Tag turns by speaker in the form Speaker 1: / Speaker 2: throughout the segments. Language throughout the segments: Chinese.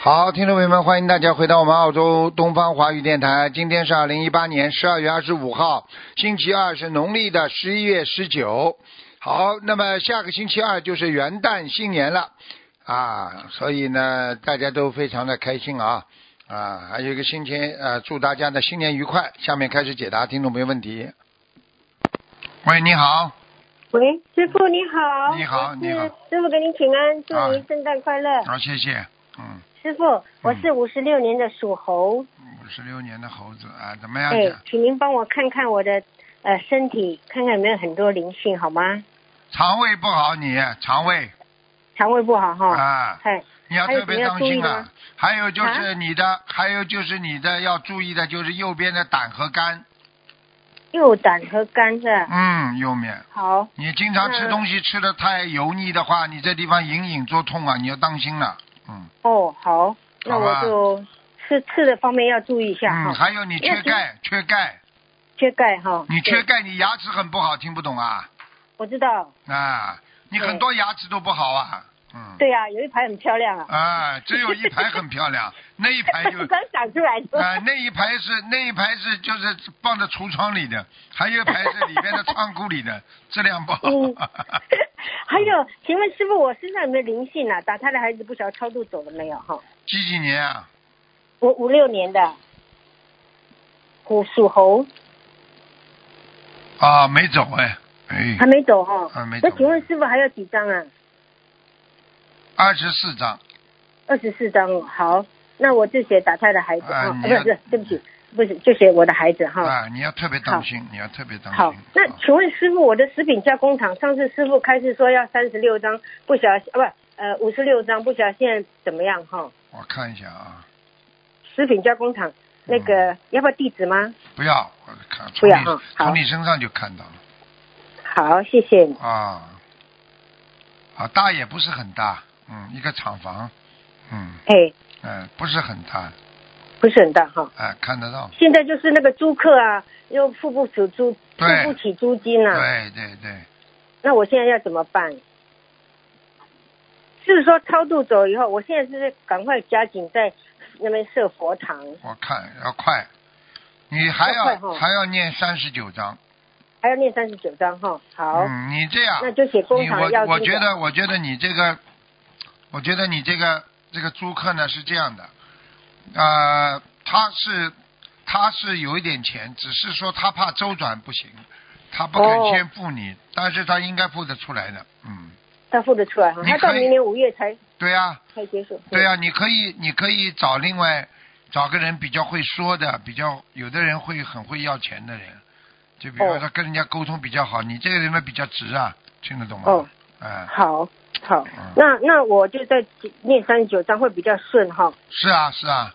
Speaker 1: 好，听众朋友们，欢迎大家回到我们澳洲东方华语电台。今天是二零一八年十二月二十五号，星期二，是农历的十一月十九。好，那么下个星期二就是元旦新年了啊，所以呢，大家都非常的开心啊啊，还有一个新天呃，祝大家呢新年愉快。下面开始解答听众朋友问题。喂，你好，
Speaker 2: 喂，师傅你好。
Speaker 1: 你好
Speaker 2: 我是
Speaker 1: 你好
Speaker 2: 师傅给您请安，祝
Speaker 1: 啊
Speaker 2: 您圣诞快乐。
Speaker 1: 好、谢谢，嗯，
Speaker 2: 师傅，我是五十六年的属猴，
Speaker 1: 五十六年的猴子啊，怎么样
Speaker 2: 哎
Speaker 1: 讲？，
Speaker 2: 请您帮我看看我的呃身体，看看有没有很多灵性，好吗？
Speaker 1: 肠胃不好你，肠胃
Speaker 2: 肠胃不好哈。
Speaker 1: 啊，
Speaker 2: 哎，
Speaker 1: 你要特别当心啊。还有就
Speaker 2: 啊
Speaker 1: 是你的，还有就是你的要注意的就是右边的胆和肝，
Speaker 2: 右胆和肝是吧
Speaker 1: 嗯，右面。
Speaker 2: 好，
Speaker 1: 你经常吃
Speaker 2: 嗯
Speaker 1: 东西吃的太油腻的话，你这地方隐隐作痛啊，你要当心了。嗯，
Speaker 2: 哦好，那
Speaker 1: 好吧
Speaker 2: 我就吃吃的方面要注意一下
Speaker 1: 嗯，
Speaker 2: 哈，
Speaker 1: 还有你缺钙，缺钙，
Speaker 2: 缺钙哈。
Speaker 1: 你缺
Speaker 2: 对，
Speaker 1: 钙，你牙齿很不好，听不懂啊
Speaker 2: 我知道，
Speaker 1: 啊，你
Speaker 2: 对
Speaker 1: 很多牙齿都不好啊，嗯，
Speaker 2: 对啊，有一排很漂亮啊，
Speaker 1: 啊，只有一排很漂亮，那一排 就
Speaker 2: 刚长出来 的。
Speaker 1: 啊、那一排是那一排是就是放在橱窗里的，还有一排是里边的仓库里的，质量不好。
Speaker 2: 嗯还有，请问师傅，我身上有没有灵性啊？打胎的孩子不晓得超度走了没有哈？
Speaker 1: 几几年啊？
Speaker 2: 我五六年的，虎属猴
Speaker 1: 嗯啊，没走哎，哎
Speaker 2: 还，没走哈、
Speaker 1: 啊没走
Speaker 2: 那请问师傅还有几张啊？
Speaker 1: 二十四张，
Speaker 2: 二十四张哦。好，那我就写打胎的孩子
Speaker 1: 啊
Speaker 2: 哈、啊，不
Speaker 1: 你要
Speaker 2: 是不是，对不起，不是就写我的孩子哈、
Speaker 1: 啊，你要特别当心，你要特别当心。
Speaker 2: 好，那
Speaker 1: 啊
Speaker 2: 请问师傅，我的食品加工厂上次师傅开始说要三十六张，不晓得啊不呃五十六张，不晓得现在怎么样哈、
Speaker 1: 我看一下啊，
Speaker 2: 食品加工厂那个、
Speaker 1: 嗯
Speaker 2: 要不要地址吗？
Speaker 1: 不要，我看
Speaker 2: 不
Speaker 1: 从
Speaker 2: 要
Speaker 1: 你
Speaker 2: 啊好
Speaker 1: 从你身上就看到了
Speaker 2: 好，谢谢你。
Speaker 1: 啊，啊，大也不是很大，嗯，一个厂房，嗯
Speaker 2: 哎，
Speaker 1: 嗯、呃不是很大，哎、
Speaker 2: 不是很大哈。
Speaker 1: 看得到，
Speaker 2: 现在就是那个租客啊，又付不起租，付
Speaker 1: 对
Speaker 2: 不起租金啊。
Speaker 1: 对对对，
Speaker 2: 那我现在要怎么办？是说超度走以后，我现在是赶快加紧在那边设佛堂，
Speaker 1: 我看要快，你还要
Speaker 2: 要快哈
Speaker 1: 还要念三十九章。
Speaker 2: 还要念三十九章哈。好，
Speaker 1: 嗯，你这样，
Speaker 2: 那就写工
Speaker 1: 你
Speaker 2: 厂要
Speaker 1: 我我
Speaker 2: 进
Speaker 1: 觉得我觉得你这个，我觉得你这个这个租客呢是这样的，呃，他是他是有一点钱，只是说他怕周转不行，他不肯
Speaker 2: 哦
Speaker 1: 先付你，但是他应该付得出来的，嗯，
Speaker 2: 他付得出来哈，
Speaker 1: 你
Speaker 2: 他到
Speaker 1: 可以
Speaker 2: 明年五月才
Speaker 1: 对啊呀、
Speaker 2: 才结束。
Speaker 1: 对呀、你可以，你可以找另外找个人比较会说的，比较有的人会很会要钱的人，就比
Speaker 2: 哦
Speaker 1: 方说跟人家沟通比较好，你这个人呢比较直啊，听得懂吗？
Speaker 2: 哦，
Speaker 1: 哎、
Speaker 2: 好好
Speaker 1: 嗯，
Speaker 2: 那那我就在念三十九章会比较顺哈。
Speaker 1: 是啊是啊，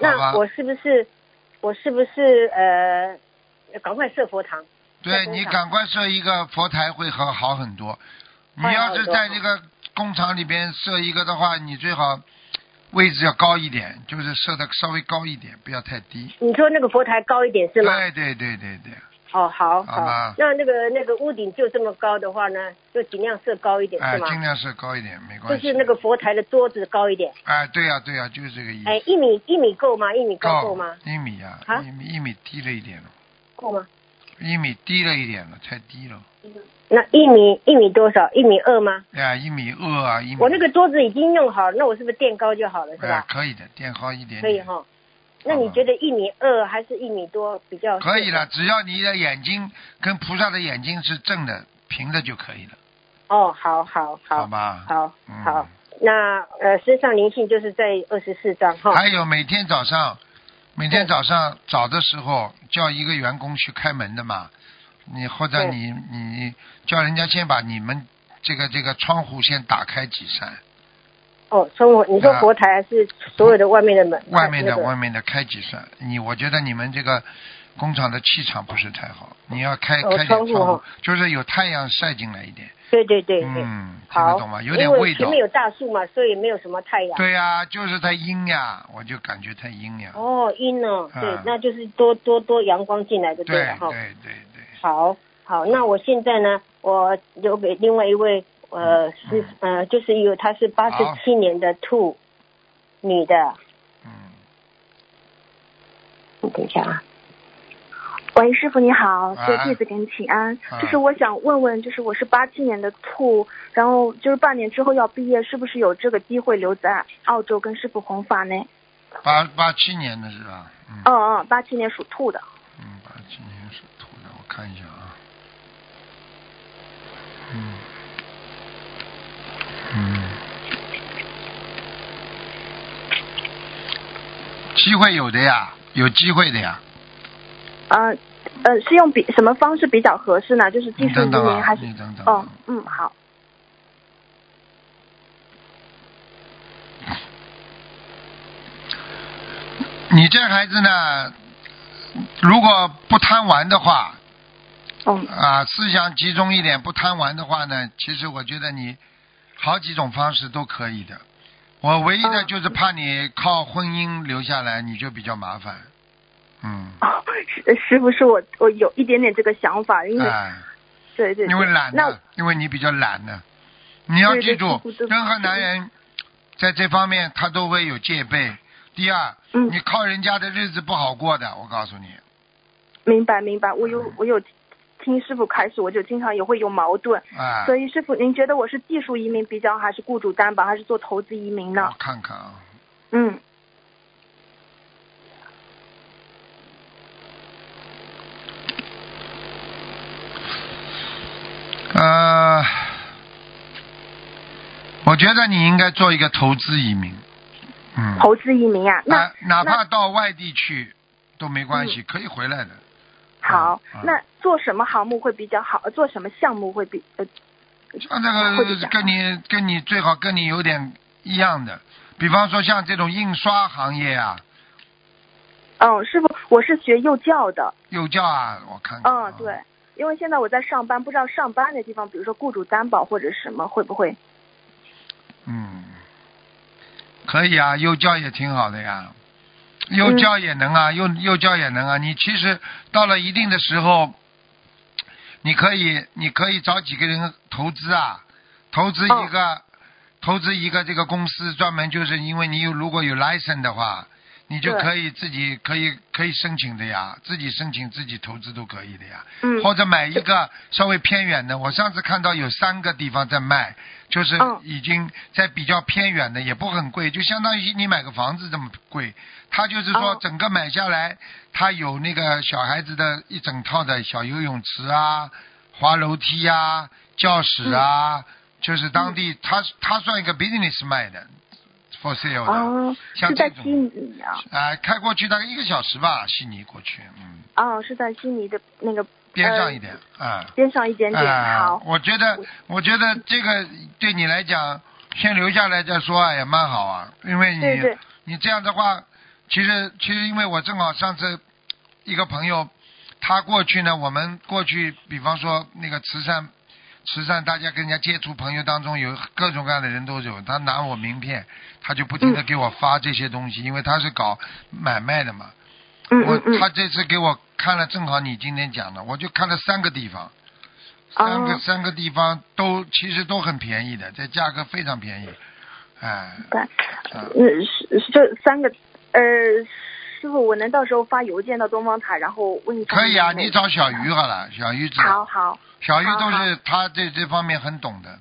Speaker 1: 好吧
Speaker 2: 那，我是不是我是不是呃，赶快设佛堂？
Speaker 1: 对
Speaker 2: 在
Speaker 1: 你
Speaker 2: 工厂
Speaker 1: 赶快设一个佛台会很好很多。你
Speaker 2: 好
Speaker 1: 要是
Speaker 2: 很多
Speaker 1: 在这个工厂里边设一个的话，你最好位置要高一点，就是设的稍微高一点，不要太低。
Speaker 2: 你说那个佛台高一点是吗？
Speaker 1: 对对对对对，
Speaker 2: 哦，好
Speaker 1: 好吧
Speaker 2: 那那个那个屋顶就这么高的话呢，就尽量设高一点
Speaker 1: 哎
Speaker 2: 是，
Speaker 1: 尽
Speaker 2: 吗？
Speaker 1: 量设高一点，没
Speaker 2: 就
Speaker 1: 关系。
Speaker 2: 是那个佛台的桌子高一点，
Speaker 1: 哎，对呀、对呀、就是这个意思。
Speaker 2: 哎，一米一米够吗？一米高够吗？
Speaker 1: 一米啊，
Speaker 2: 啊
Speaker 1: 一米一米低了一点了，
Speaker 2: 够吗？
Speaker 1: 一米低了一点了，太低了。
Speaker 2: 那一米一米多少？一米二吗？
Speaker 1: 哎呀，一米二啊，一米。
Speaker 2: 我那个桌子已经用好了，那我是不是垫高就好了，是
Speaker 1: 哎呀
Speaker 2: 吧？
Speaker 1: 可以的，垫哎高一点点。
Speaker 2: 可以哈。那你觉得一米二还是一米多比较？
Speaker 1: 可以了，。只要你的眼睛跟菩萨的眼睛是正的、平的就可以了，
Speaker 2: 哦，好好
Speaker 1: 好
Speaker 2: 好，
Speaker 1: 吧？
Speaker 2: 好
Speaker 1: 嗯
Speaker 2: 好。那呃，身上灵性就是在二十四章哈。
Speaker 1: 还有每天早上，每天早上早的时候叫一个员工去开门的嘛，你或者
Speaker 2: 对
Speaker 1: 你你叫人家先把你们这个这个窗户先打开几扇，
Speaker 2: 哦，从我你说
Speaker 1: 啊
Speaker 2: 佛台还是所有的外面的门？啊
Speaker 1: 外面的
Speaker 2: 那个
Speaker 1: 外面的开几扇，你我觉得你们这个工厂的气场不是太好，你要开
Speaker 2: 哦
Speaker 1: 开点
Speaker 2: 窗户
Speaker 1: 窗户
Speaker 2: 哦，
Speaker 1: 就是有太阳晒进来一点，
Speaker 2: 对对对对。
Speaker 1: 嗯，听得
Speaker 2: 好
Speaker 1: 懂吗？，有点
Speaker 2: 因为
Speaker 1: 味道
Speaker 2: 前。面有大树嘛，所以没有什么太阳。。
Speaker 1: 对呀、就是太阴呀，我就感觉太阴呀。
Speaker 2: 哦，阴哦，
Speaker 1: 啊
Speaker 2: 对，那就是多多多阳光进来就
Speaker 1: 对
Speaker 2: 了哈。
Speaker 1: 对对对，
Speaker 2: 好，好，那我现在呢，我留给
Speaker 1: 嗯
Speaker 2: 另外一位呃是呃就是有他是八十七年的兔，女的，
Speaker 1: 嗯，
Speaker 2: 你等一下啊，
Speaker 3: 喂，师傅你好，
Speaker 1: 啊
Speaker 3: 各位弟子给你请安。
Speaker 1: 啊
Speaker 3: 就是我想问问，就是我是八七年的兔，然后就是半年之后要毕业，是不是有这个机会留在澳洲跟师傅弘法呢？
Speaker 1: 八八七年的是吧？嗯
Speaker 3: 嗯嗯，八七年属兔的。
Speaker 1: 嗯，八七年是兔的，我看一下啊。嗯嗯，机会有的呀，有机会的呀。
Speaker 3: 嗯呃，是用比什么方式比较合适呢？就是技
Speaker 1: 你
Speaker 3: 术移
Speaker 1: 等等
Speaker 3: 民
Speaker 1: 啊
Speaker 3: 还，是
Speaker 1: 你？等等。
Speaker 3: 哦，嗯，好。
Speaker 1: 你这孩子呢，如果不贪玩的话，
Speaker 3: 嗯
Speaker 1: 啊，思想集中一点，不贪玩的话呢，其实我觉得你好几种方式都可以的。我唯一的
Speaker 3: 嗯
Speaker 1: 就是怕你靠婚姻留下来，你就比较麻烦。嗯，
Speaker 3: 哦，师师傅是我我有一点点这个想法，因为、
Speaker 1: 哎，
Speaker 3: 对对对，
Speaker 1: 因为懒啊
Speaker 3: 嗯那
Speaker 1: 呢，因为你比较懒呢。你要
Speaker 3: 对
Speaker 1: 记
Speaker 3: 对
Speaker 1: 住
Speaker 3: 对对，对
Speaker 1: 任何男人在这方面他都会有戒备。第二，
Speaker 3: 嗯
Speaker 1: 你靠人家的日子不好过的，我告诉你。
Speaker 3: 明白明白，我
Speaker 1: 嗯
Speaker 3: 有我有听师傅开始，我就经常也会有矛盾，
Speaker 1: 哎，
Speaker 3: 所以师傅您觉得我是技术移民比较好，还是雇主担保，还是做投资移民呢
Speaker 1: 我？看看啊，
Speaker 3: 嗯，
Speaker 1: 呃，我觉得你应该做一个投资移民，嗯，啊
Speaker 3: 投资移民呀、那、嗯
Speaker 1: 哪哪怕到外地去都没关系，可以回来的。
Speaker 3: 好、
Speaker 1: 嗯
Speaker 3: 那做什么行目会比较好？呃做什么项目会比呃？
Speaker 1: 像这个
Speaker 3: 会比较好
Speaker 1: 跟你跟你最好跟你有点一样的，比方说像这种印刷行业啊，
Speaker 3: 嗯，师傅，我是学幼教的，
Speaker 1: 幼教啊，我看看、
Speaker 3: 嗯，对，，因为现在我在上班，不知道上班的地方，比如说雇主担保或者什么，会不会？
Speaker 1: 嗯，可以啊，幼教也挺好的呀，幼教也能啊，幼幼教也能啊。你其实到了一定的时候，你可以你可以找几个人投资啊，投资一个、投资一个这个公司，专门就是因为你有如果有 license 的话，你就
Speaker 3: 对
Speaker 1: 可以自己可以可以申请的呀，自己申请自己投资都可以的呀。
Speaker 3: 嗯，
Speaker 1: 或者买一个稍微偏远的。我上次看到有三个地方在卖，就是
Speaker 3: 嗯
Speaker 1: 已经在比较偏远的，也不很贵，就相当于你买个房子这么贵。他就是说
Speaker 3: 哦
Speaker 1: 整个买下来，他有那个小孩子的一整套的小游泳池啊、滑楼梯啊、教室
Speaker 3: 嗯
Speaker 1: 啊，就是当地他他算一个 business 卖的，for sale 的。
Speaker 3: 哦，
Speaker 1: 像
Speaker 3: 是在
Speaker 1: 这种
Speaker 3: 悉尼啊，
Speaker 1: 啊、开过去大概一个小时吧，悉尼过去，嗯，
Speaker 3: 哦，是在悉尼的那个
Speaker 1: 边上
Speaker 3: 呃
Speaker 1: 一点，啊、
Speaker 3: 边上一点点，
Speaker 1: 啊，
Speaker 3: 好，
Speaker 1: 我觉得，我觉得这个对你来讲，先留下来再说啊，也蛮好啊，因为你
Speaker 3: 对对，
Speaker 1: 你这样的话，其实其实因为我正好上次一个朋友，他过去呢，我们过去，比方说那个慈善。慈善，大家跟人家接触，朋友当中有各种各样的人都有。他拿我名片，他就不停的
Speaker 3: 嗯
Speaker 1: 给我发这些东西，因为他是搞买卖的嘛。
Speaker 3: 嗯
Speaker 1: 我
Speaker 3: 嗯嗯，
Speaker 1: 他这次给我看了，正好你今天讲的，我就看了三个地方，三个、
Speaker 3: 哦
Speaker 1: 三个地方都其实都很便宜的，这价格非常便宜，哎，
Speaker 3: 对，
Speaker 1: 啊
Speaker 3: 嗯，是是这三个，呃，师傅，我能到时候发邮件到东方台，然后问一下
Speaker 1: 可以啊，
Speaker 3: 那个
Speaker 1: 你找小鱼好了，小鱼知
Speaker 3: 好
Speaker 1: 道，
Speaker 3: 好，
Speaker 1: 小鱼
Speaker 3: 好
Speaker 1: 都是他对这方面很懂的，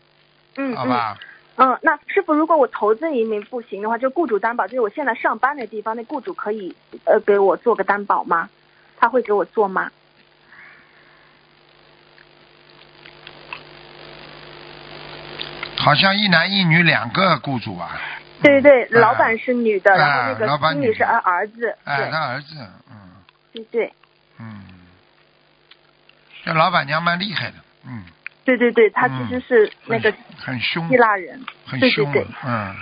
Speaker 3: 嗯
Speaker 1: 好
Speaker 3: 嗯
Speaker 1: 吧？
Speaker 3: 嗯，那师傅，如果我投资移民不行的话，就雇主担保，就是我现在上班的地方，那雇主可以呃给我做个担保吗？他会给我做吗？
Speaker 1: 好像一男一女两个雇主啊，
Speaker 3: 对对对，
Speaker 1: 嗯
Speaker 3: 老板是女的，
Speaker 1: 哎
Speaker 3: 然后那
Speaker 1: 老
Speaker 3: 个
Speaker 1: 板
Speaker 3: 经理
Speaker 1: 女
Speaker 3: 是
Speaker 1: 的
Speaker 3: 儿儿子，
Speaker 1: 哎，他儿子，嗯
Speaker 3: 对对对。
Speaker 1: 嗯，这老板娘蛮厉害的，嗯，
Speaker 3: 对对对，他其实是那个
Speaker 1: 很凶
Speaker 3: 希，腊人，
Speaker 1: 很
Speaker 3: 对对
Speaker 1: 凶啊
Speaker 3: 对，
Speaker 1: 嗯。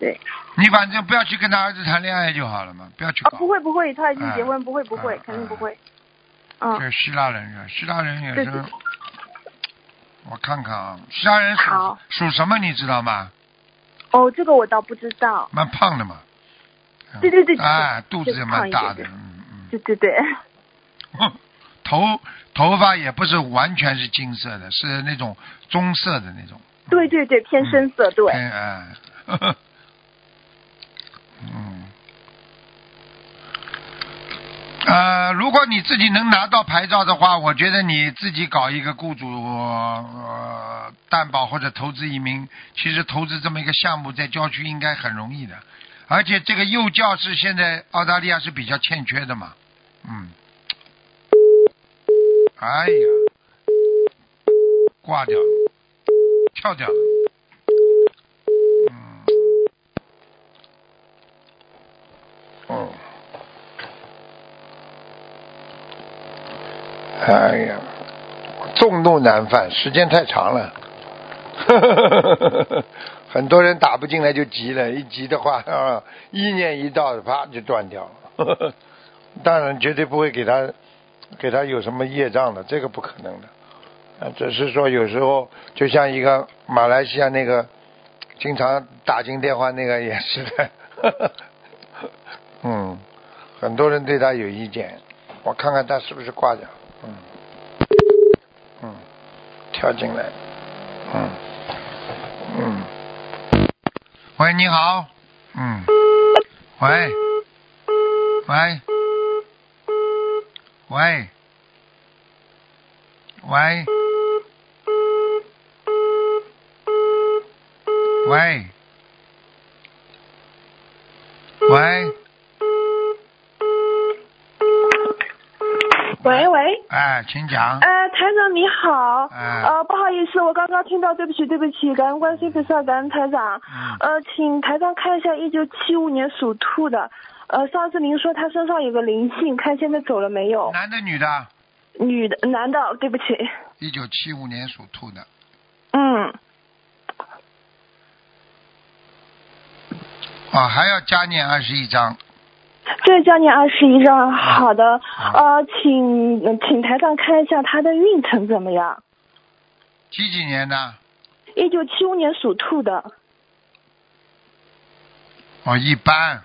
Speaker 3: 对
Speaker 1: 你反正不要去跟他儿子谈恋爱就好了嘛，不要去
Speaker 3: 啊
Speaker 1: 搞。，
Speaker 3: 不会不会，他已经结
Speaker 1: 哎
Speaker 3: 婚，不会不会
Speaker 1: 哎，
Speaker 3: 肯定不会，嗯，
Speaker 1: 这希腊人是，希腊人也
Speaker 3: 对
Speaker 1: 是
Speaker 3: 对。
Speaker 1: 我看看啊，希腊人属
Speaker 3: 好
Speaker 1: 属什么你知道吗？
Speaker 3: 哦，这个我倒不知道，
Speaker 1: 蛮胖的嘛。嗯
Speaker 3: 对对对
Speaker 1: 哎，
Speaker 3: 对
Speaker 1: 肚子也蛮大的，
Speaker 3: 就是胖一点
Speaker 1: 嗯嗯
Speaker 3: 对对对，
Speaker 1: 哼。 头头发也不是完全是金色的，是那种棕色的那种。 嗯
Speaker 3: 对对对，偏深色，对，
Speaker 1: 哎哎。呵呵呃，如果你自己能拿到牌照的话，我觉得你自己搞一个雇主呃担保或者投资移民，其实投资这么一个项目在郊区应该很容易的，而且这个幼教是现在澳大利亚是比较欠缺的嘛，嗯，哎呀，挂掉了，跳掉了，嗯，哦。哎呀，众怒难犯，时间太长了， 很多人打不进来就急了，一急的话啊，意念一到，啪就断掉了。 当然绝对不会给他给他有什么业障的，这个不可能的。啊，只是说有时候就像一个马来西亚那个经常打进电话那个也是的，嗯，很多人对他有意见，我看看他是不是挂掉。嗯，嗯，跳进来，嗯，嗯，喂，你好，嗯，喂，喂，喂，喂，喂，喂，
Speaker 3: 喂喂，
Speaker 1: 哎，请讲，
Speaker 3: 呃，台长你好，
Speaker 1: 哎
Speaker 3: 呃，不好意思，我刚刚听到，对不起，对不起，感恩观世音菩萨，感恩台长，
Speaker 1: 嗯
Speaker 3: 呃，请台长看一下一九七五年属兔的，呃，上次您说他身上有个灵性，看现在走了没有？
Speaker 1: 男的女的，
Speaker 3: 女的，男的，对不起，
Speaker 1: 一九七五年属兔的，
Speaker 3: 嗯，
Speaker 1: 啊，还要加念二十一章。
Speaker 3: 这将近二十一张，好的，呃，请请台长看一下他的运程怎么样？
Speaker 1: 几几年的？
Speaker 3: 一九七五年属兔的，
Speaker 1: 哦，一般，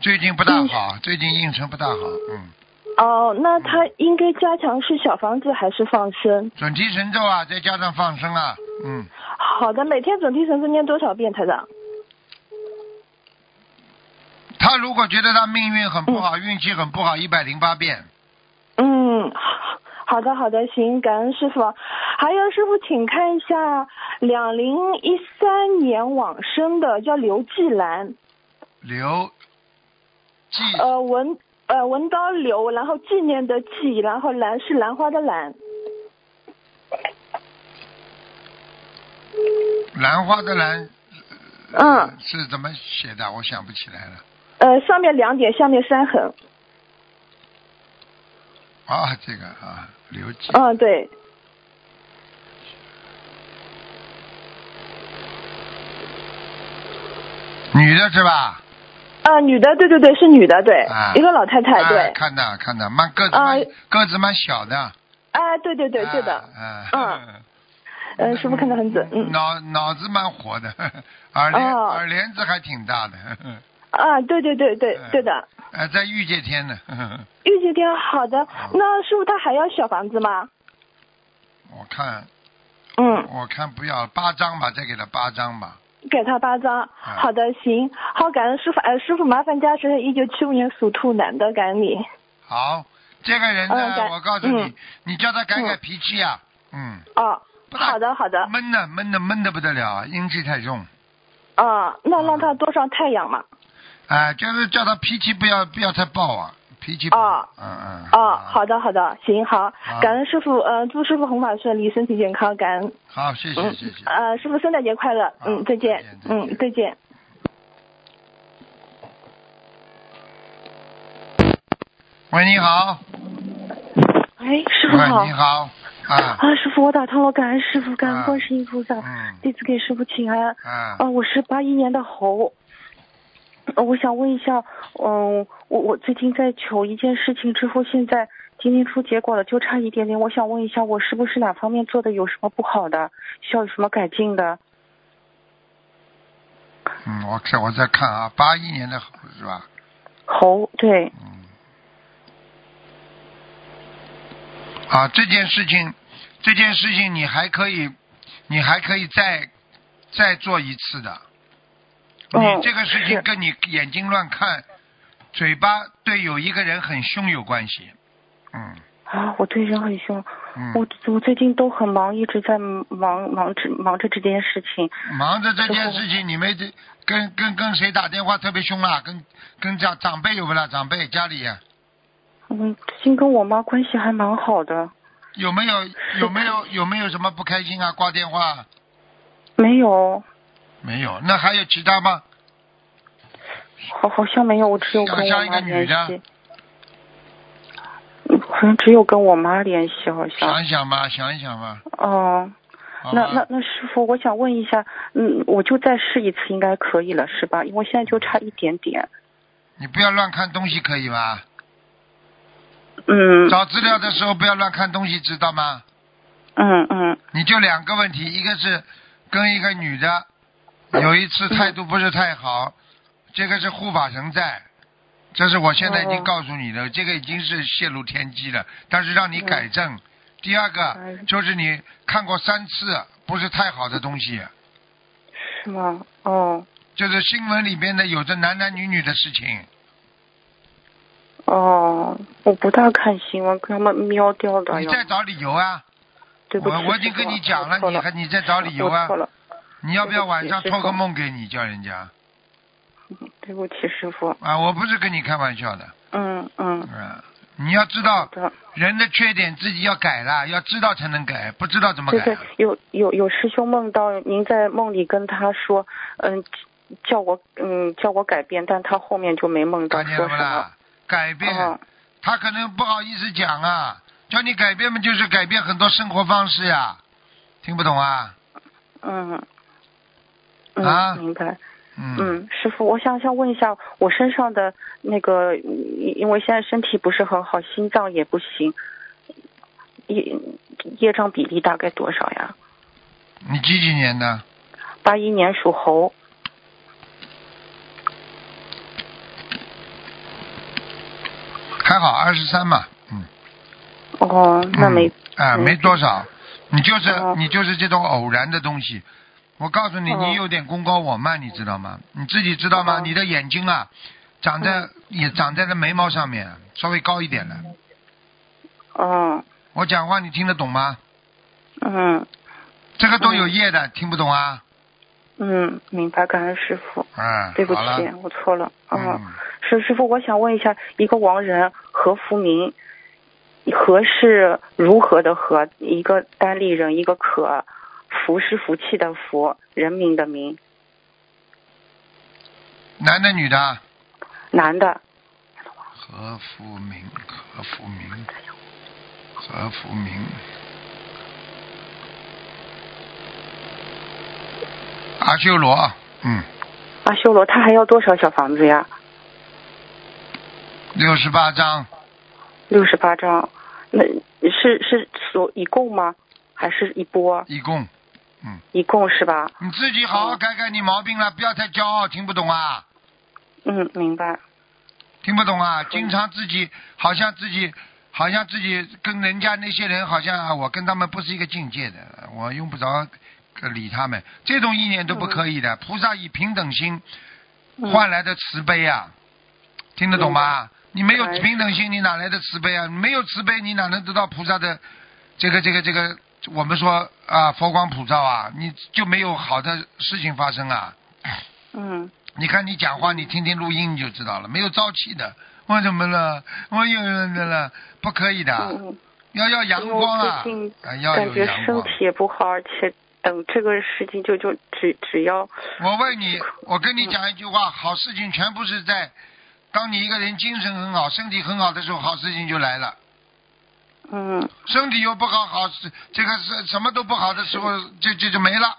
Speaker 1: 最近不大
Speaker 3: 嗯
Speaker 1: 好，最近运程不大好。嗯，
Speaker 3: 哦、那他应该加强是小房子还是放生？
Speaker 1: 准提神咒啊，再加上放生啊，嗯，
Speaker 3: 好的，每天准提神咒念多少遍，台长？
Speaker 1: 他如果觉得他命运很不好，运气很不好，一百零八遍。
Speaker 3: 嗯，好的好的，行，感恩师傅。还有师傅，请看一下两零一三年往生的叫刘继兰，
Speaker 1: 刘季
Speaker 3: 呃文呃文刀刘，然后纪念的纪，然后兰是兰花的兰。
Speaker 1: 兰花的兰
Speaker 3: 嗯，
Speaker 1: 是怎么写的？我想不起来了。
Speaker 3: 呃上面两点，下面三横。
Speaker 1: 啊，这个啊，刘季。
Speaker 3: 嗯，对，
Speaker 1: 女的是吧？
Speaker 3: 啊、女的，对对对，是女的，对，
Speaker 1: 啊
Speaker 3: 一个老太太，对
Speaker 1: 啊，，看到看到，蛮个子蛮、
Speaker 3: 啊
Speaker 1: 个子蛮小的。
Speaker 3: 哎、对对对，
Speaker 1: 啊
Speaker 3: 是的，
Speaker 1: 啊、
Speaker 3: 嗯。嗯，师傅看得很准，嗯，
Speaker 1: 脑脑子蛮活的， 耳帘、
Speaker 3: 哦
Speaker 1: 耳帘子还挺大的， 呵呵
Speaker 3: 啊，对对对对
Speaker 1: 嗯
Speaker 3: 对的，
Speaker 1: 呃，在御界天呢。 呵呵
Speaker 3: 玉姐天，好的，那师傅他还要小房子吗？
Speaker 1: 我看，
Speaker 3: 嗯，
Speaker 1: 我看不要八张吧，再给他八张吧。
Speaker 3: 给他八张。
Speaker 1: 哎
Speaker 3: 好的，行，好，感恩师傅，哎，师傅麻烦加持一九七五年属兔男的，感恩你。
Speaker 1: 好，这个人
Speaker 3: 嗯
Speaker 1: 呢，
Speaker 3: 改
Speaker 1: 我告诉你，
Speaker 3: 嗯
Speaker 1: 你叫他改改
Speaker 3: 嗯
Speaker 1: 脾气啊，嗯，
Speaker 3: 哦，
Speaker 1: 不大
Speaker 3: 好的好的，
Speaker 1: 闷的闷的闷的不得了，阴气太重，
Speaker 3: 啊，那让他多上太阳嘛。
Speaker 1: 啊、就是叫他脾气不要不要太暴啊，脾气不好，
Speaker 3: 哦
Speaker 1: 嗯嗯，
Speaker 3: 哦，，好的好的，行好
Speaker 1: 好，
Speaker 3: 感恩师傅，呃，祝师傅弘法顺利，身体健康，感恩。
Speaker 1: 好，谢谢
Speaker 3: 嗯
Speaker 1: 谢谢，，
Speaker 3: 呃，师傅圣诞节快乐，
Speaker 1: 好
Speaker 3: 嗯，再见
Speaker 1: 再见，再见
Speaker 3: 嗯，再见。
Speaker 1: 喂，你好，
Speaker 4: 喂，师傅好
Speaker 1: 喂，你好，啊，
Speaker 4: 啊！师傅，我打通了，感恩师傅，感
Speaker 1: 啊
Speaker 4: 恩观世音菩萨，
Speaker 1: 嗯，
Speaker 4: 弟子给师傅请安。
Speaker 1: 啊，
Speaker 4: 啊，我是八一年的猴，呃我想问一下，嗯，我我最近在求一件事情之后，现在今天出结果了，就差一点点，我想问一下，我是不是哪方面做的有什么不好的，需要有什么改进的？
Speaker 1: 嗯，我看我在看啊，八一年的猴是吧？
Speaker 4: 猴，对，
Speaker 1: 嗯。啊，这件事情，这件事情你还可以，你还可以再再做一次的。
Speaker 4: 嗯
Speaker 1: 你这个事
Speaker 4: 哦
Speaker 1: 情
Speaker 4: 是
Speaker 1: 跟你眼睛乱看，嘴巴对有一个人很凶有关系。嗯
Speaker 3: 啊，我对人很凶，
Speaker 1: 嗯
Speaker 3: 我，我最近都很忙，一直在忙忙着忙着这件事情。
Speaker 1: 忙着这件事情，你没这跟跟跟谁打电话特别凶啦？跟跟长长辈有没啦？长辈家里啊
Speaker 3: 嗯，最近跟我妈关系还蛮好的，
Speaker 1: 有没有有没有有没有什么不开心啊？挂电话
Speaker 3: 没有，
Speaker 1: 没有？那还有其他吗？
Speaker 3: 好好像没有，我只有跟
Speaker 1: 像
Speaker 3: 我
Speaker 1: 像一
Speaker 3: 妈
Speaker 1: 个女
Speaker 3: 联
Speaker 1: 的
Speaker 3: 系。嗯好像只有跟我妈联系，好像。
Speaker 1: 想一想吧，想一想吧。
Speaker 3: 哦、
Speaker 1: 好
Speaker 3: 啊那
Speaker 1: 吧
Speaker 3: 那那师傅，我想问一下，嗯，我就再试一次应该可以了，是吧？因为我现在就差一点点。
Speaker 1: 你不要乱看东西，可以吧？
Speaker 3: 嗯
Speaker 1: 找资料的时候不要乱看东西，知道吗？
Speaker 3: 嗯嗯
Speaker 1: 你就两个问题，一个是跟一个女的有一次态度不是太好，这个是护法神在，这是我现在已经
Speaker 3: 哦
Speaker 1: 告诉你的，这个已经是泄露天机了，但是让你改正。第二个
Speaker 3: 嗯
Speaker 1: 就是你看过三次不是太好的东西，
Speaker 3: 是吗？哦
Speaker 1: 就是新闻里边的有着男男女女的事情，
Speaker 3: 哦，我不大看新闻，跟他们瞄掉的
Speaker 1: 你
Speaker 3: 呀。
Speaker 1: 再找理由啊！
Speaker 3: 对不起，
Speaker 1: 我我已经
Speaker 3: 师傅
Speaker 1: 跟你讲了，
Speaker 3: 我错
Speaker 1: 你还你再找理由
Speaker 3: 我
Speaker 1: 啊
Speaker 3: 错！了，
Speaker 1: 你要不要晚上
Speaker 3: 对不
Speaker 1: 托
Speaker 3: 起
Speaker 1: 个
Speaker 3: 师傅
Speaker 1: 梦给你叫人家
Speaker 3: 嗯对不起，师傅。
Speaker 1: 啊？我不是跟你开玩笑的，
Speaker 3: 嗯嗯，
Speaker 1: 嗯，你要知道
Speaker 3: 好的。
Speaker 1: 人的缺点自己要改啦，要知道才能改，不知道怎么
Speaker 3: 对
Speaker 1: 改
Speaker 3: 对
Speaker 1: 啊、，
Speaker 3: 有有有师兄梦到您在梦里跟他说，嗯，叫我嗯叫我改变，但他后面就没梦到
Speaker 1: 看见了
Speaker 3: 说
Speaker 1: 不
Speaker 3: 什么。
Speaker 1: 啦？改变、
Speaker 3: 嗯
Speaker 1: 他可能不好意思讲啊，叫你改变嘛，就是改变很多生活方式呀、听不懂啊？
Speaker 3: 嗯
Speaker 1: 啊
Speaker 3: 嗯，明白。
Speaker 1: 嗯，
Speaker 3: 嗯，师傅，我想想问一下，我身上的那个，因因为现在身体不是很好，心脏也不行，业业障比例大概多少呀？
Speaker 1: 你几几年的？
Speaker 3: 八一年属猴，
Speaker 1: 还好，二十三嘛，嗯，
Speaker 3: 哦，那没，
Speaker 1: 嗯啊、
Speaker 3: 嗯
Speaker 1: 没多少，你就是、
Speaker 3: 哦
Speaker 1: 你就是这种偶然的东西。我告诉你，
Speaker 3: 哦
Speaker 1: 你有点功高我慢，你知道吗？你自己知道吗？
Speaker 3: 哦
Speaker 1: 你的眼睛啊，长在、也长在了眉毛上面，稍微高一点了。
Speaker 3: 嗯
Speaker 1: 我讲话你听得懂吗？
Speaker 3: 嗯
Speaker 1: 这个都有业的，听不懂啊？
Speaker 3: 嗯，明白，感恩师傅，
Speaker 1: 嗯，
Speaker 3: 对不起
Speaker 1: 好了，，
Speaker 3: 我错了，嗯
Speaker 1: 嗯，
Speaker 3: 是师傅，我想问一下，一个亡人何福明，何是如何的何？一个单立人，一个可，福是福气的福，人民的民，
Speaker 1: 男的啊女的？
Speaker 3: 男的，
Speaker 1: 何福明，何福明，何福明。阿修罗，嗯，
Speaker 3: 阿修罗他还要多少小房子呀？
Speaker 1: 六十八章，
Speaker 3: 六十八张，那是是所一共吗？还是一波？
Speaker 1: 一共。嗯
Speaker 3: 一共是吧？
Speaker 1: 你自己好好改改你毛病了，不要太骄傲，听不懂啊，
Speaker 3: 嗯，明白。
Speaker 1: 听不懂啊，经常自己好像自己好像自己跟人家那些人好像啊我跟他们不是一个境界的，我用不着呃理他们，这种意念都不可以的。菩萨以平等心
Speaker 3: 嗯、
Speaker 1: 换来的慈悲啊，听得懂吗？你没有
Speaker 3: 明白
Speaker 1: 平等心，你哪来的慈悲啊？你没有慈悲，你哪能得到菩萨的这个这个这个？我们说啊，佛光普照啊，你就没有好的事情发生啊。
Speaker 3: 嗯
Speaker 1: 你看你讲话，你听听录音你就知道了，没有朝气的。我怎么了？我又那了，不可以的，
Speaker 3: 嗯嗯，
Speaker 1: 要要阳光啊
Speaker 3: 因为我最近，
Speaker 1: 啊要
Speaker 3: 感
Speaker 1: 有
Speaker 3: 觉
Speaker 1: 阳
Speaker 3: 身
Speaker 1: 光
Speaker 3: 体。也不好，而且等这个事情就就只只要
Speaker 1: 我问你，我跟你讲一句
Speaker 3: 嗯
Speaker 1: 话，好事情全部是在当你一个人精神很好、身体很好的时候，好事情就来了。
Speaker 3: 嗯
Speaker 1: 身体又不好，好事这个是什么都不好的时候，就就就没了，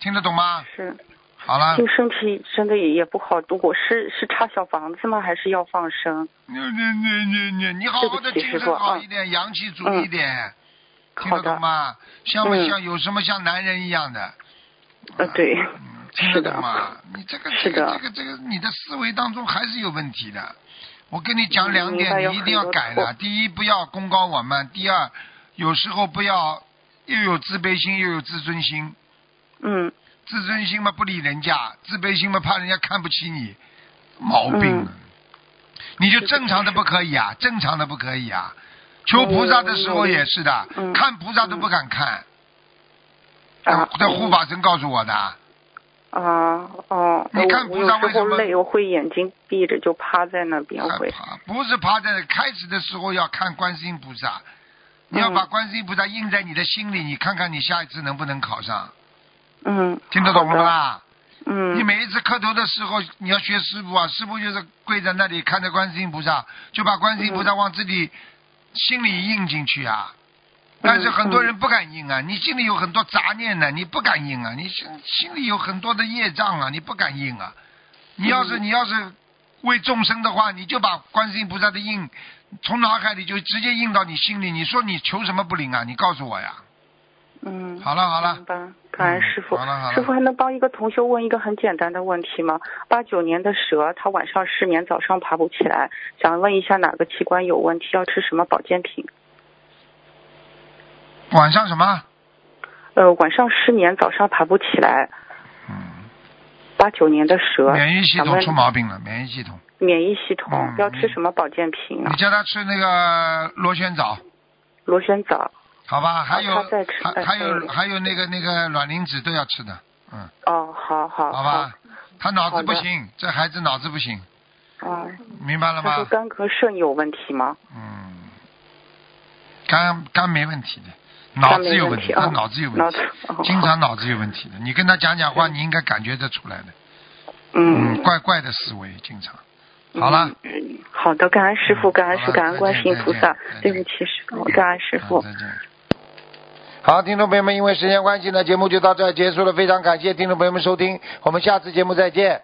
Speaker 1: 听得懂吗？
Speaker 3: 是。
Speaker 1: 好了
Speaker 3: 就，身体真的也也不好，我是是差小房子吗？还是要放生？
Speaker 1: 你你你你你你好好的
Speaker 3: 对不起
Speaker 1: 精
Speaker 3: 师傅
Speaker 1: 神好
Speaker 3: 嗯
Speaker 1: 一点，阳气足
Speaker 3: 嗯
Speaker 1: 一点，听
Speaker 3: 好
Speaker 1: 得
Speaker 3: 的
Speaker 1: 懂，吗？像不
Speaker 3: 嗯
Speaker 1: 像有什么像男人一样的？
Speaker 3: 呃， 对，
Speaker 1: 嗯听
Speaker 3: 是
Speaker 1: 得
Speaker 3: 的
Speaker 1: 懂，吗？你这个这
Speaker 3: 是
Speaker 1: 个
Speaker 3: 的
Speaker 1: 这个这个，你的思维当中还是有问题的。我跟你讲两
Speaker 3: 嗯明白
Speaker 1: 点，
Speaker 3: 有
Speaker 1: 你一定要
Speaker 3: 很多
Speaker 1: 改
Speaker 3: 错
Speaker 1: 的。第一，不要功高我慢；第二，有时候不要又有自卑心又有自尊心。
Speaker 3: 嗯
Speaker 1: 自
Speaker 3: 嗯
Speaker 1: 尊心嘛不理人家，自卑心嘛怕人家看不起你，毛病啊！你就正常的不可以啊，正常的不可以啊。求菩萨的时候也是的，
Speaker 3: 嗯
Speaker 1: 看菩萨都不敢看。
Speaker 3: 啊
Speaker 1: 这护法神告诉我的，
Speaker 3: 啊哦，
Speaker 1: 你看
Speaker 3: 我
Speaker 1: 菩萨
Speaker 3: 有
Speaker 1: 为
Speaker 3: 时
Speaker 1: 什
Speaker 3: 候
Speaker 1: 么
Speaker 3: 累，我会眼睛闭着就趴在那边
Speaker 1: 害
Speaker 3: 会。
Speaker 1: 怕不是趴在开始的时候要看观世音菩萨，你要
Speaker 3: 嗯
Speaker 1: 把观世音菩萨印在你的心里，你看看你下一次能不能考上，
Speaker 3: 嗯，
Speaker 1: 听得懂了
Speaker 3: 好的？
Speaker 1: 吧？
Speaker 3: 嗯，
Speaker 1: 你每一次磕头的时候，你要学师傅啊，师傅就是跪在那里看着观世音菩萨，就把观世音菩萨往自己心里印进去啊。
Speaker 3: 嗯
Speaker 1: 但是很多人不敢印啊，你心里有很多杂念呢、你不敢印啊，你心心里有很多的业障啊，你不敢印啊。你要
Speaker 3: 嗯
Speaker 1: 是你要是为众生的话，你就把观世音菩萨的印从脑海里就直接印到你心里，你说你求什么不灵啊？你告诉我呀。
Speaker 3: 嗯，
Speaker 1: 好了好了
Speaker 3: 明，白，感恩师傅。
Speaker 1: 嗯好了好了
Speaker 3: 师傅还能帮一个同修问一个很简单的问题吗？八九年的蛇，他晚上失眠，早上爬不起来，想问一下哪个器官有问题，要吃什么保健品？
Speaker 1: 晚上什么？
Speaker 3: 呃，晚上失眠，早上爬不起来，
Speaker 1: 嗯，
Speaker 3: 八九年的蛇，
Speaker 1: 免疫系
Speaker 3: 想
Speaker 1: 统
Speaker 3: 问
Speaker 1: 出毛病了，免疫系统。
Speaker 3: 免疫系统、
Speaker 1: 嗯
Speaker 3: 要吃什么保健品呢啊
Speaker 1: 你？叫他吃那个螺旋藻，
Speaker 3: 螺旋藻。
Speaker 1: 好吧？还有
Speaker 3: 他在吃
Speaker 1: 还
Speaker 3: 哎
Speaker 1: 还有
Speaker 3: 哎
Speaker 1: 还有那个那个卵磷脂都要吃的，嗯，
Speaker 3: 哦，好好
Speaker 1: 好吧？他脑
Speaker 3: 好
Speaker 1: 子不
Speaker 3: 的
Speaker 1: 行，这孩子脑子不行，
Speaker 3: 好嗯，
Speaker 1: 明白了
Speaker 3: 他说
Speaker 1: 吗？
Speaker 3: 肝和肾有问题吗？
Speaker 1: 嗯，肝肝没问题的，脑子有问题，
Speaker 3: 肝没问题啊
Speaker 1: 他脑子有问题
Speaker 3: 脑子哦，
Speaker 1: 经常脑子有问题的。你跟他讲讲话，你应该感觉得出来的。
Speaker 3: 嗯，
Speaker 1: 怪怪的思维，经常。好了，嗯
Speaker 3: 嗯，好的，感恩师傅，感恩
Speaker 1: 好
Speaker 3: 师，
Speaker 1: 了
Speaker 3: 感恩观世音菩萨
Speaker 1: 再见再见，
Speaker 3: 对不起师傅，感恩师傅
Speaker 1: 好。再见。好，听众朋友们，因为时间关系呢，节目就到这儿结束了。非常感谢听众朋友们收听，我们下次节目再见。